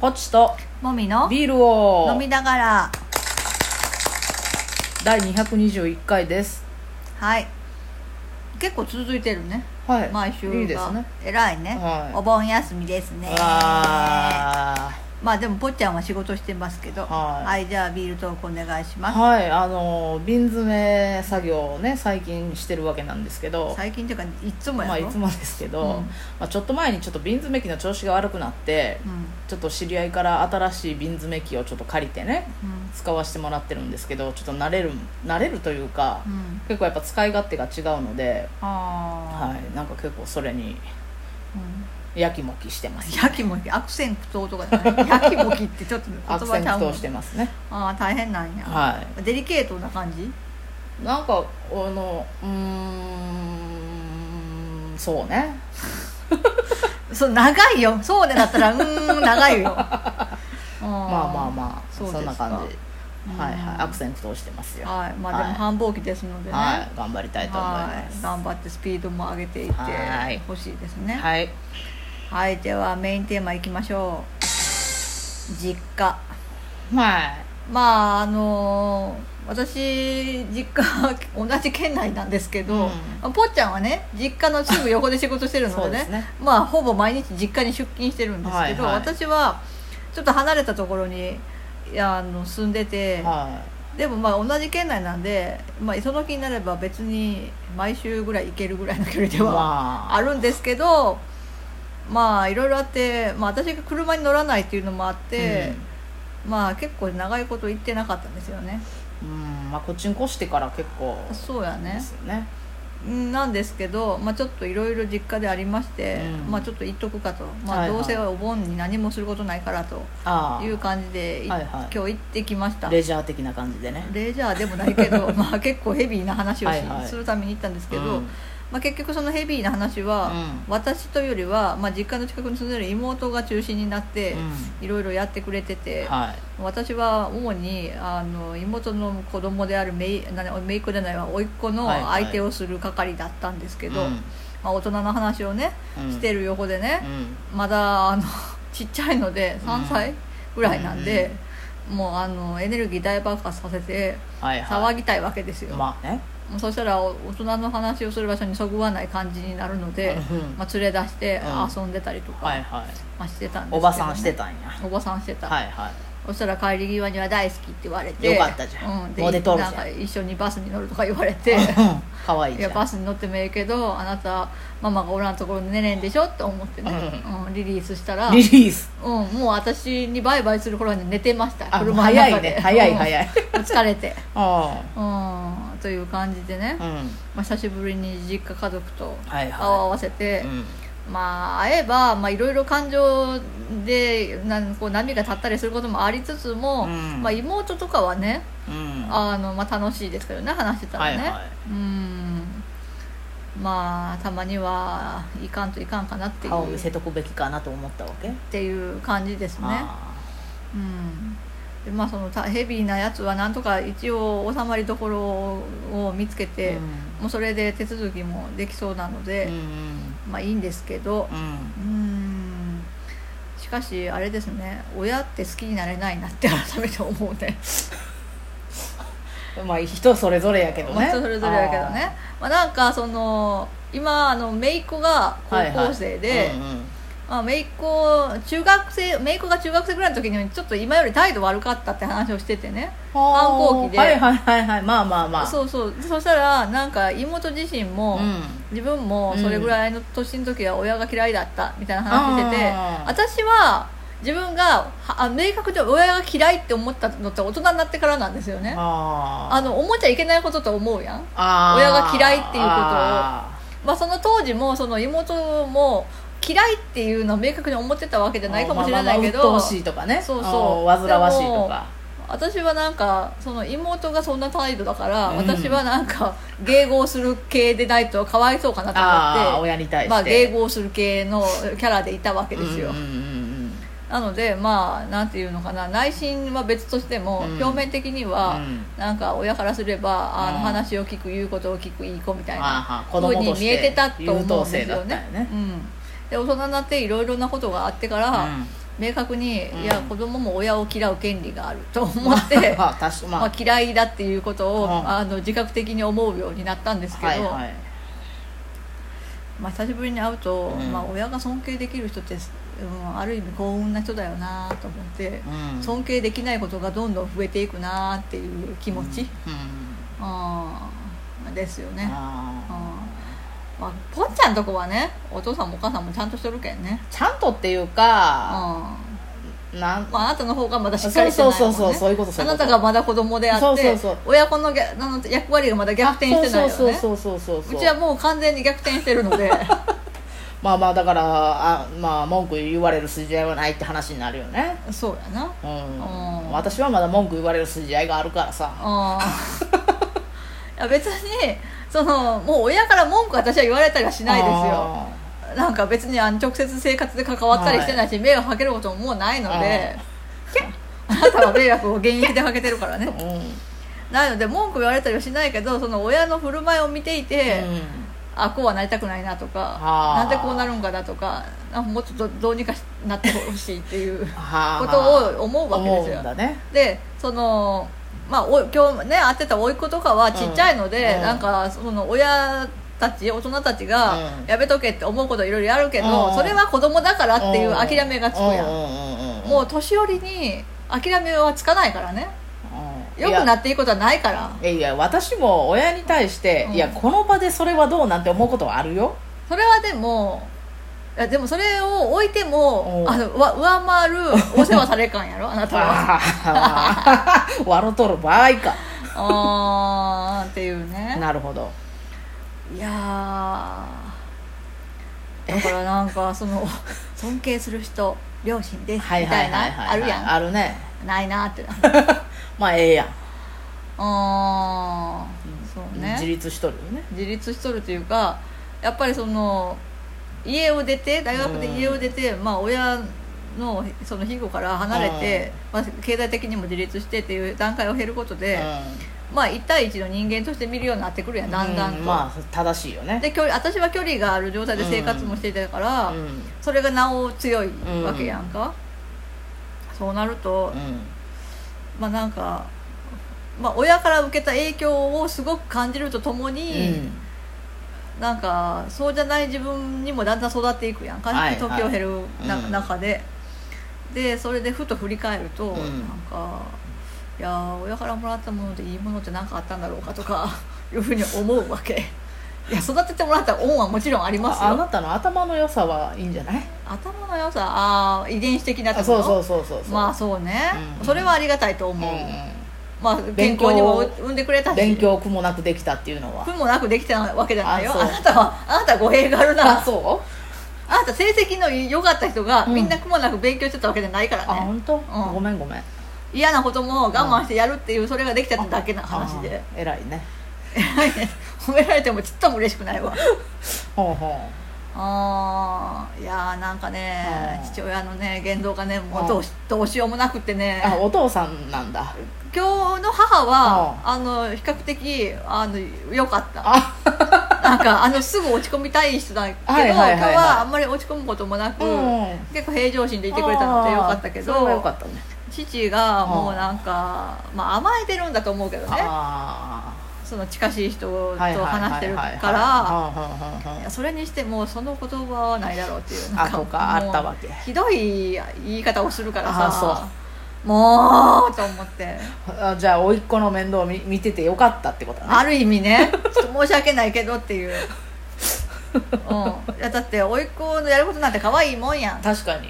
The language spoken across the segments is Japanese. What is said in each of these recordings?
ポチともみのビールを飲みながら第221回ですはい結構続いてるねはい毎週がいいですね偉いね、はいお盆休みですねあまあでもぽっちゃんは仕事してますけどはいじゃあビールトークお願いしーます、はいあの瓶詰め作業をね最近してるわけなんですけど最近っていうかいつもやまあろ、いつもですけど、うんまあ、ちょっと前にちょっと瓶詰め機の調子が悪くなってうんちょっと知り合いから新しい瓶詰め機をちょっと借りてね使わせてもらってるんですけどちょっと慣れる慣れるというか、うんうん結構やっぱ使い勝手が違うので、ああ、はい、なんか結構それにうんやきもきしてますやきもき悪戦苦闘とかじゃないやきもきってちょっと言葉悪ち戦苦ゃうもん闘してますねああ大変なんや、はデリケートな感じいなんかあのうーんそうねそう長いよそうでだっ たらうーん長いよまあまああまあそそうですかんな感じうんはいはい悪戦苦闘してますよはいまあではもい繁忙期ですのでね、はい頑張りたいと思いはまいす頑張ってスピードも上げていってはいほしいですねはい、はいではメインテーマいきましょう実家はいまああのー私実家 同じ県内なんですけど、うんぽっちゃんはね実家のすぐ横で仕事してるのそうででねすねまあほぼ毎日実家に出勤してるんですけど、はいはい私はちょっと離れたところにいやあの住んでて、はでもまあ同じ県内なんで、まあ、その気になれば別に毎週ぐらい行けるぐらいの距離いではまああるんですけどまあいろいろあって、まあ、私が車に乗らないっていうのもあって、まあ結構長いこと行ってなかったんですよねうんうんまあこっちに越してから結構そうやでねすよねうんなんですけど、まあ、ちょっといろいろ実家でありまして、うんまあちょっと行っとくかと、まはあ、いはいどうせお盆に何もすることないからとあいう感じで、いはいはい今日行ってきましたあレジャー的な感じでねレジャーでもないけ どまあ結構ヘビーな話をしはいはいするために行ったんですけど、うんまあ、結局そのヘビーな話は、う私というよりは、まあ、実家の近くに住んでる妹が中心になって、いろいろやってくれてて、はい私は主にあの妹の子供であるめいなめいっ子じゃないわ甥っ子のはいはい相手をする係だったんですけど、うんまあ、大人の話をね、うんしてる横でね、うんまだあの ちっちゃいのでうん3歳ぐらいなんで、もうあのエネルギー大爆発させてはいは騒いぎたいわけですよ、まあねそしたらお大人の話をする場所にそぐわない感じになるので、うんまあ、連れ出してう遊んでたりとか、はいはいまあ、してたんですけどね、おばさんしてたんやおばさんしてた、はいはそしたら帰り際には大好きって言われてよかったじゃんうん、でモテとるじゃなんんか一緒にバスに乗るとか言われ ていかわいいいじゃやんバスに乗ってもええけどあなたママがおらんところに寝れんでしょって思ってね、うんリリースしたらリリースうん、もう私にバイバイする頃には寝てましたあ車の早中でいね早い早いうん 疲れてあうんという感じでね、あうんまあ、久しぶりに実家家族とはい顔を合はわせて、いうんまあ会えばまあいろいろ感情でなんこう波が立ったりすることもありつつも、うんまあ、妹とかはねうんあの、まあ、楽しいですけどね話してたらね、はいはいうんまあたまにはいかんといかんかなっていう顔を見せっとくべきかなと思ったわけねていう感じですねうんでまあそのたヘビーなやつはなんとか一応収まりどころを見つけて、もうそれで手続きもできそうなので、まあいいんですけど、うーんしかしあれですね親って好きになれないなって改めて思うねまあ人それぞれやけどまあね人それぞれやけどねまあ、なんかその今あの姪っ子が高校生で、まあ、姪っ子中学生姪っ子が中学生ぐらいの時にちょっと今より態度悪かったって話をしててね反抗期ではいはいはいはいまあまあまあそうそうでそしたらなんか妹自身も、うん自分もそれぐらいの年の時は親が嫌いだったみたいな話してうて、んあー私は自分がはあ明確に親が嫌いって思ったのって大人になってからなんですよねああーの思っちゃいけないことと思うやんあー親が嫌いっていうことをあまあその当時もその妹も嫌いっていうのは明確に思ってたわけじーゃないかもしれないけど、まあまあまあ鬱陶しいとかねそうそうあー煩わしいとか私はなんかその妹がそんな態度だから、うん私はなんか迎合する系でないとかわいそうかなと思ってあー親に対してまあ、迎合する系のキャラでいたわけですよ、うんうんうんなのでまあなんていうのかな内心は別としても、うん表面的にうは、んなんか親からすればあのうん話を聞く言うことを聞くいい子みたいなあーはーふ子供うとしてに見えてたと思うんで優す等生だよったねよねうん、で大人になっていろいろなことがあってかうら、ん明確に、うんいや子供も親を嫌う権利があると思っ てまあ確かままああ、嫌いだっていうことを、うんあの自覚的に思うようになったんですけど、はいはいまあ、久しぶりに会うと、うんまあ、親が尊敬できる人って、うん、ある意味幸運な人だよなと思って、うん尊敬できないことがどんどん増えていくなっていう気持ち、うんあーですよね。ああーまあ、ぽっちゃんとこはねお父さんもお母さんもちゃんとしとるけんね、ーちゃんとっていううんか、まなんあ、あなたの方がまだしっかりしてないもん、ね、そうそうそうそうそういうことそうあいうこなとたがまだ子供であってそうそうそう親子のぎゃあの役割がまだ逆転してないよねそうそうそうそうそううちはもう完全に逆転してるので まあまあだからあまあ文句言われる筋合いはないって話になるよねそうやなうん、うん私はまだ文句言われる筋合いがあるからさうんいや別にそのもう親から文句私は言われたりはしないですよあなんか別にあの直接生活で関わったりしてないし、迷惑かけることももうないのであなたは迷惑を現役でかけてるからねーうん、うんなので文句言われたりはしないけどその親の振る舞いを見ていて、あこうはなりたくないなとかあーなんでこうなるんかなとかあもうちょっとどうにかなってほしいっていうこはとを思うわけです思うよんだねでそのまあお今日ね会ってた甥っ子とかはちっちゃいので、うんうんなんかその親たち大人たちがうんやめとけって思うこといろいろやるけど、うんそれは子供だからっていう諦めがつくやん、うんうんうんうんもう年寄りに諦めはつかないからねうん良くなっていいことはないからいやいや私も親に対して、うんいやこの場でそれはどうなんて思うことはあるよそれはでもいやでもそれを置いてもうんあのわ上回るお世話され感やろあなたは ああ 笑うとる場合かあーっていうねなるほどいやーだからなんかその 尊敬する人両親ですみはたいはいいはいはい、なあるやんあるねないなってなうまあええやん、ーんそう自ね立しとるよね自立しとるというかやっぱりその家を出て大学で家を出て、まあ親のその庇護から離れて、まあ、経済的にも自立してっていう段階を経ることで、まあ1対1の人間として見るようになってくるやうんんだんだんと、うまあ正しいよねで距離私は距離がある状態で生活もしていたから、うんうんそれがなお強いわけやんか、そうなると、まあなんか、まあ、親から受けた影響をすごく感じるとともうに、んなんかそうじゃない自分にもだんだん育っていくやんか、はい時を経るな、うん中ででそれでふと振り返ると、んなんかいやー親からもらったものでいいものって何かあったんだろうかとか いうふうに思うわけいや育ててもらった恩はもちろんありますああよなたの頭の良さはいいんじゃない頭の良さあー遺伝子的なってあこそうとそうそうそうそうまあそうね、うんそれはありがたいとう思んう、うまあ健勉強康にも産んでくれたんし勉強苦もなくできたっていうのは苦もなくできてないわけじゃないよああそうなたはあなたは語弊があるなあそうあなた成績の良かった人がうんみんな苦もなく勉強してたわけじゃないかあらね、本当、んごめんごめん嫌なことも我慢してやるっていうそれができちゃっただけな話であー偉いね 褒められてもちっとも嬉しくな いわほうほうあーいやーなんかねうん父親のね言動がねもうんうどうしどうしようもなくってねあお父さんなんだ今日の母はあの比較的あの良かったあなんかあのすぐ落ち込みたい人だけど今はい日はいはいはいはあんまり落ち込むこともなく、うん結構平常心でいてくれたので良かったけどあーそれは良かったね父がもうなんか、まあ、甘えてるんだと思うけどねあその近しい人あと話してるからいやそれにしてもその言葉はないだろうっていうなんあそうかもあったわけひどい言い方をするからさあそもうと思ってあじゃあ甥っ子の面倒を見見ててよかったってことだねある意味ねちょっと申し訳ないけどっていう、うん、いやだって甥っ子のやることなんて可愛いもんやん確かに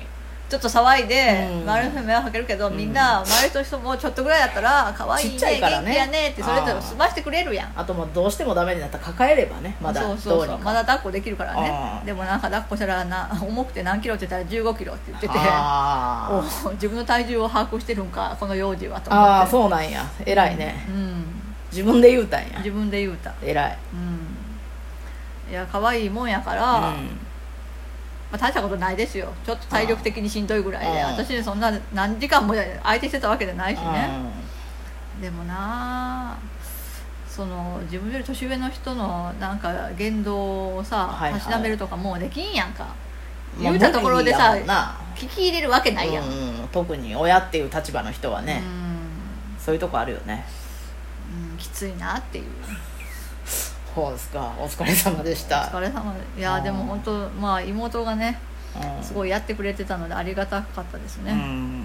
ちょっと騒いで、うん周りの人に迷惑かけるけど、んみんな周りの人もちょっとぐらいだったら可愛いねちっちゃいからね元気やねってそれぞれ済ましてくれるやんあともうどうしてもダメになったら抱えればねまだそうどそううにそかうまだ抱っこできるからあねーでもなんか抱っこしたらな重くて何キロって言ったら1 5キロって言ってておあーう自分の体重を把握してるんかこの幼児はと思ってあーそうなんや偉いねうん、自分で言うたんや自分で言うた偉いうんいや可愛いもんやから、まあ、大したことないですよちょっと体力的にしんどいぐらいであー私そんな何時間も相手してたわけじゃないしうんね、でもなあその自分より年上の人のなんか言動をさはいはいたしなめるとかもうできんやんか、うん言うたところでまあさ無理やもんな聞き入れるわけないやん、ううんんうん特に親っていう立場の人はね、そういうとこあるよねうんきついなっていうそうですかお疲れ様でしおた疲れ様でいやうんでも本当まあ妹がねうんすごいやってくれてたのでありがたかったですね、ううんん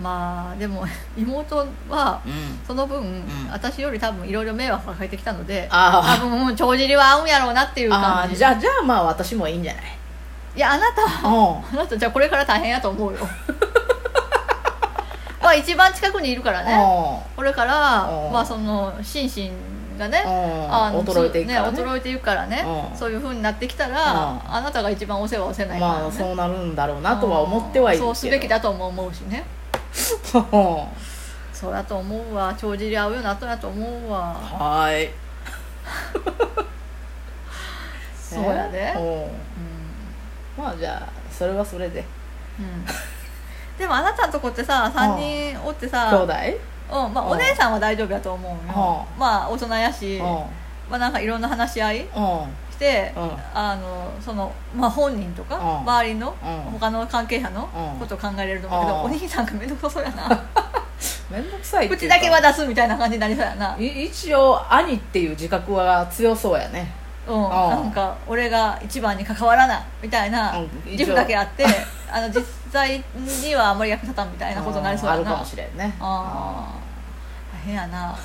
まあでも妹はうんその分、ん私より多分いろいろ迷惑かけてきたので多あ分帳尻は合うんやろうなっていうーあ感ーじじゃあじゃあまあ私もいいんじゃないいやあなたはうんあなたじゃあこれから大変やと思 うよまあ一番近くにいるからねこれからうんまあその心身がねあうんうのん衰えていくからねね衰えていくからねうんそういうふうになってきたうらあなたが一番お世話をせないからまあねそうなるんだろうなとは思ってはいるけどそうすべきだとも思うしねうんそうだと思うわ帳尻合うようになったなと思うわはーいそうやでううんまあじゃあそれはそれでんうんでもあなたのとこってさ3人おってさ兄弟うんまあ、うんお姉さんは大丈夫やと思うよ、うまあ大人やし、うんまあ、なんかいろんな話し合いうんして、うんあのそのまあ、本人とか、うん周りの、うん他の関係者のうんことを考えれると思うけど、うんお兄さんが面倒くさそう やな面倒くさいってい口うかだけは出すみたいな感じになりそうやな、うん、い一応兄っていう自覚は強そうやねなんか俺が一番に関わらないみたいなうん一応自負だけあって、あの実際にはあんまり役立たんみたいなことになりそうあやるなかもしれんねああ大変や な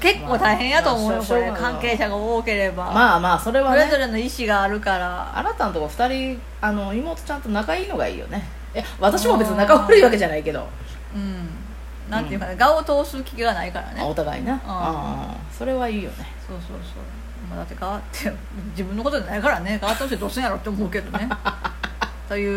結構大変やと思うよ、まあこれまあしょうがない関係者が多ければ、まあまあそれはそれぞねれの意思があるからあなたのとこ二人あの妹ちゃんと仲いいのがいいよねえ私も別に仲悪いわけじゃないけどうんなんていうかな、顔を通す気がないからねお互いなあうんそれはいいよねそうそうそう、 まあ、だって顔って自分のことじゃないからね顔通してどうすんやろって思うけどねという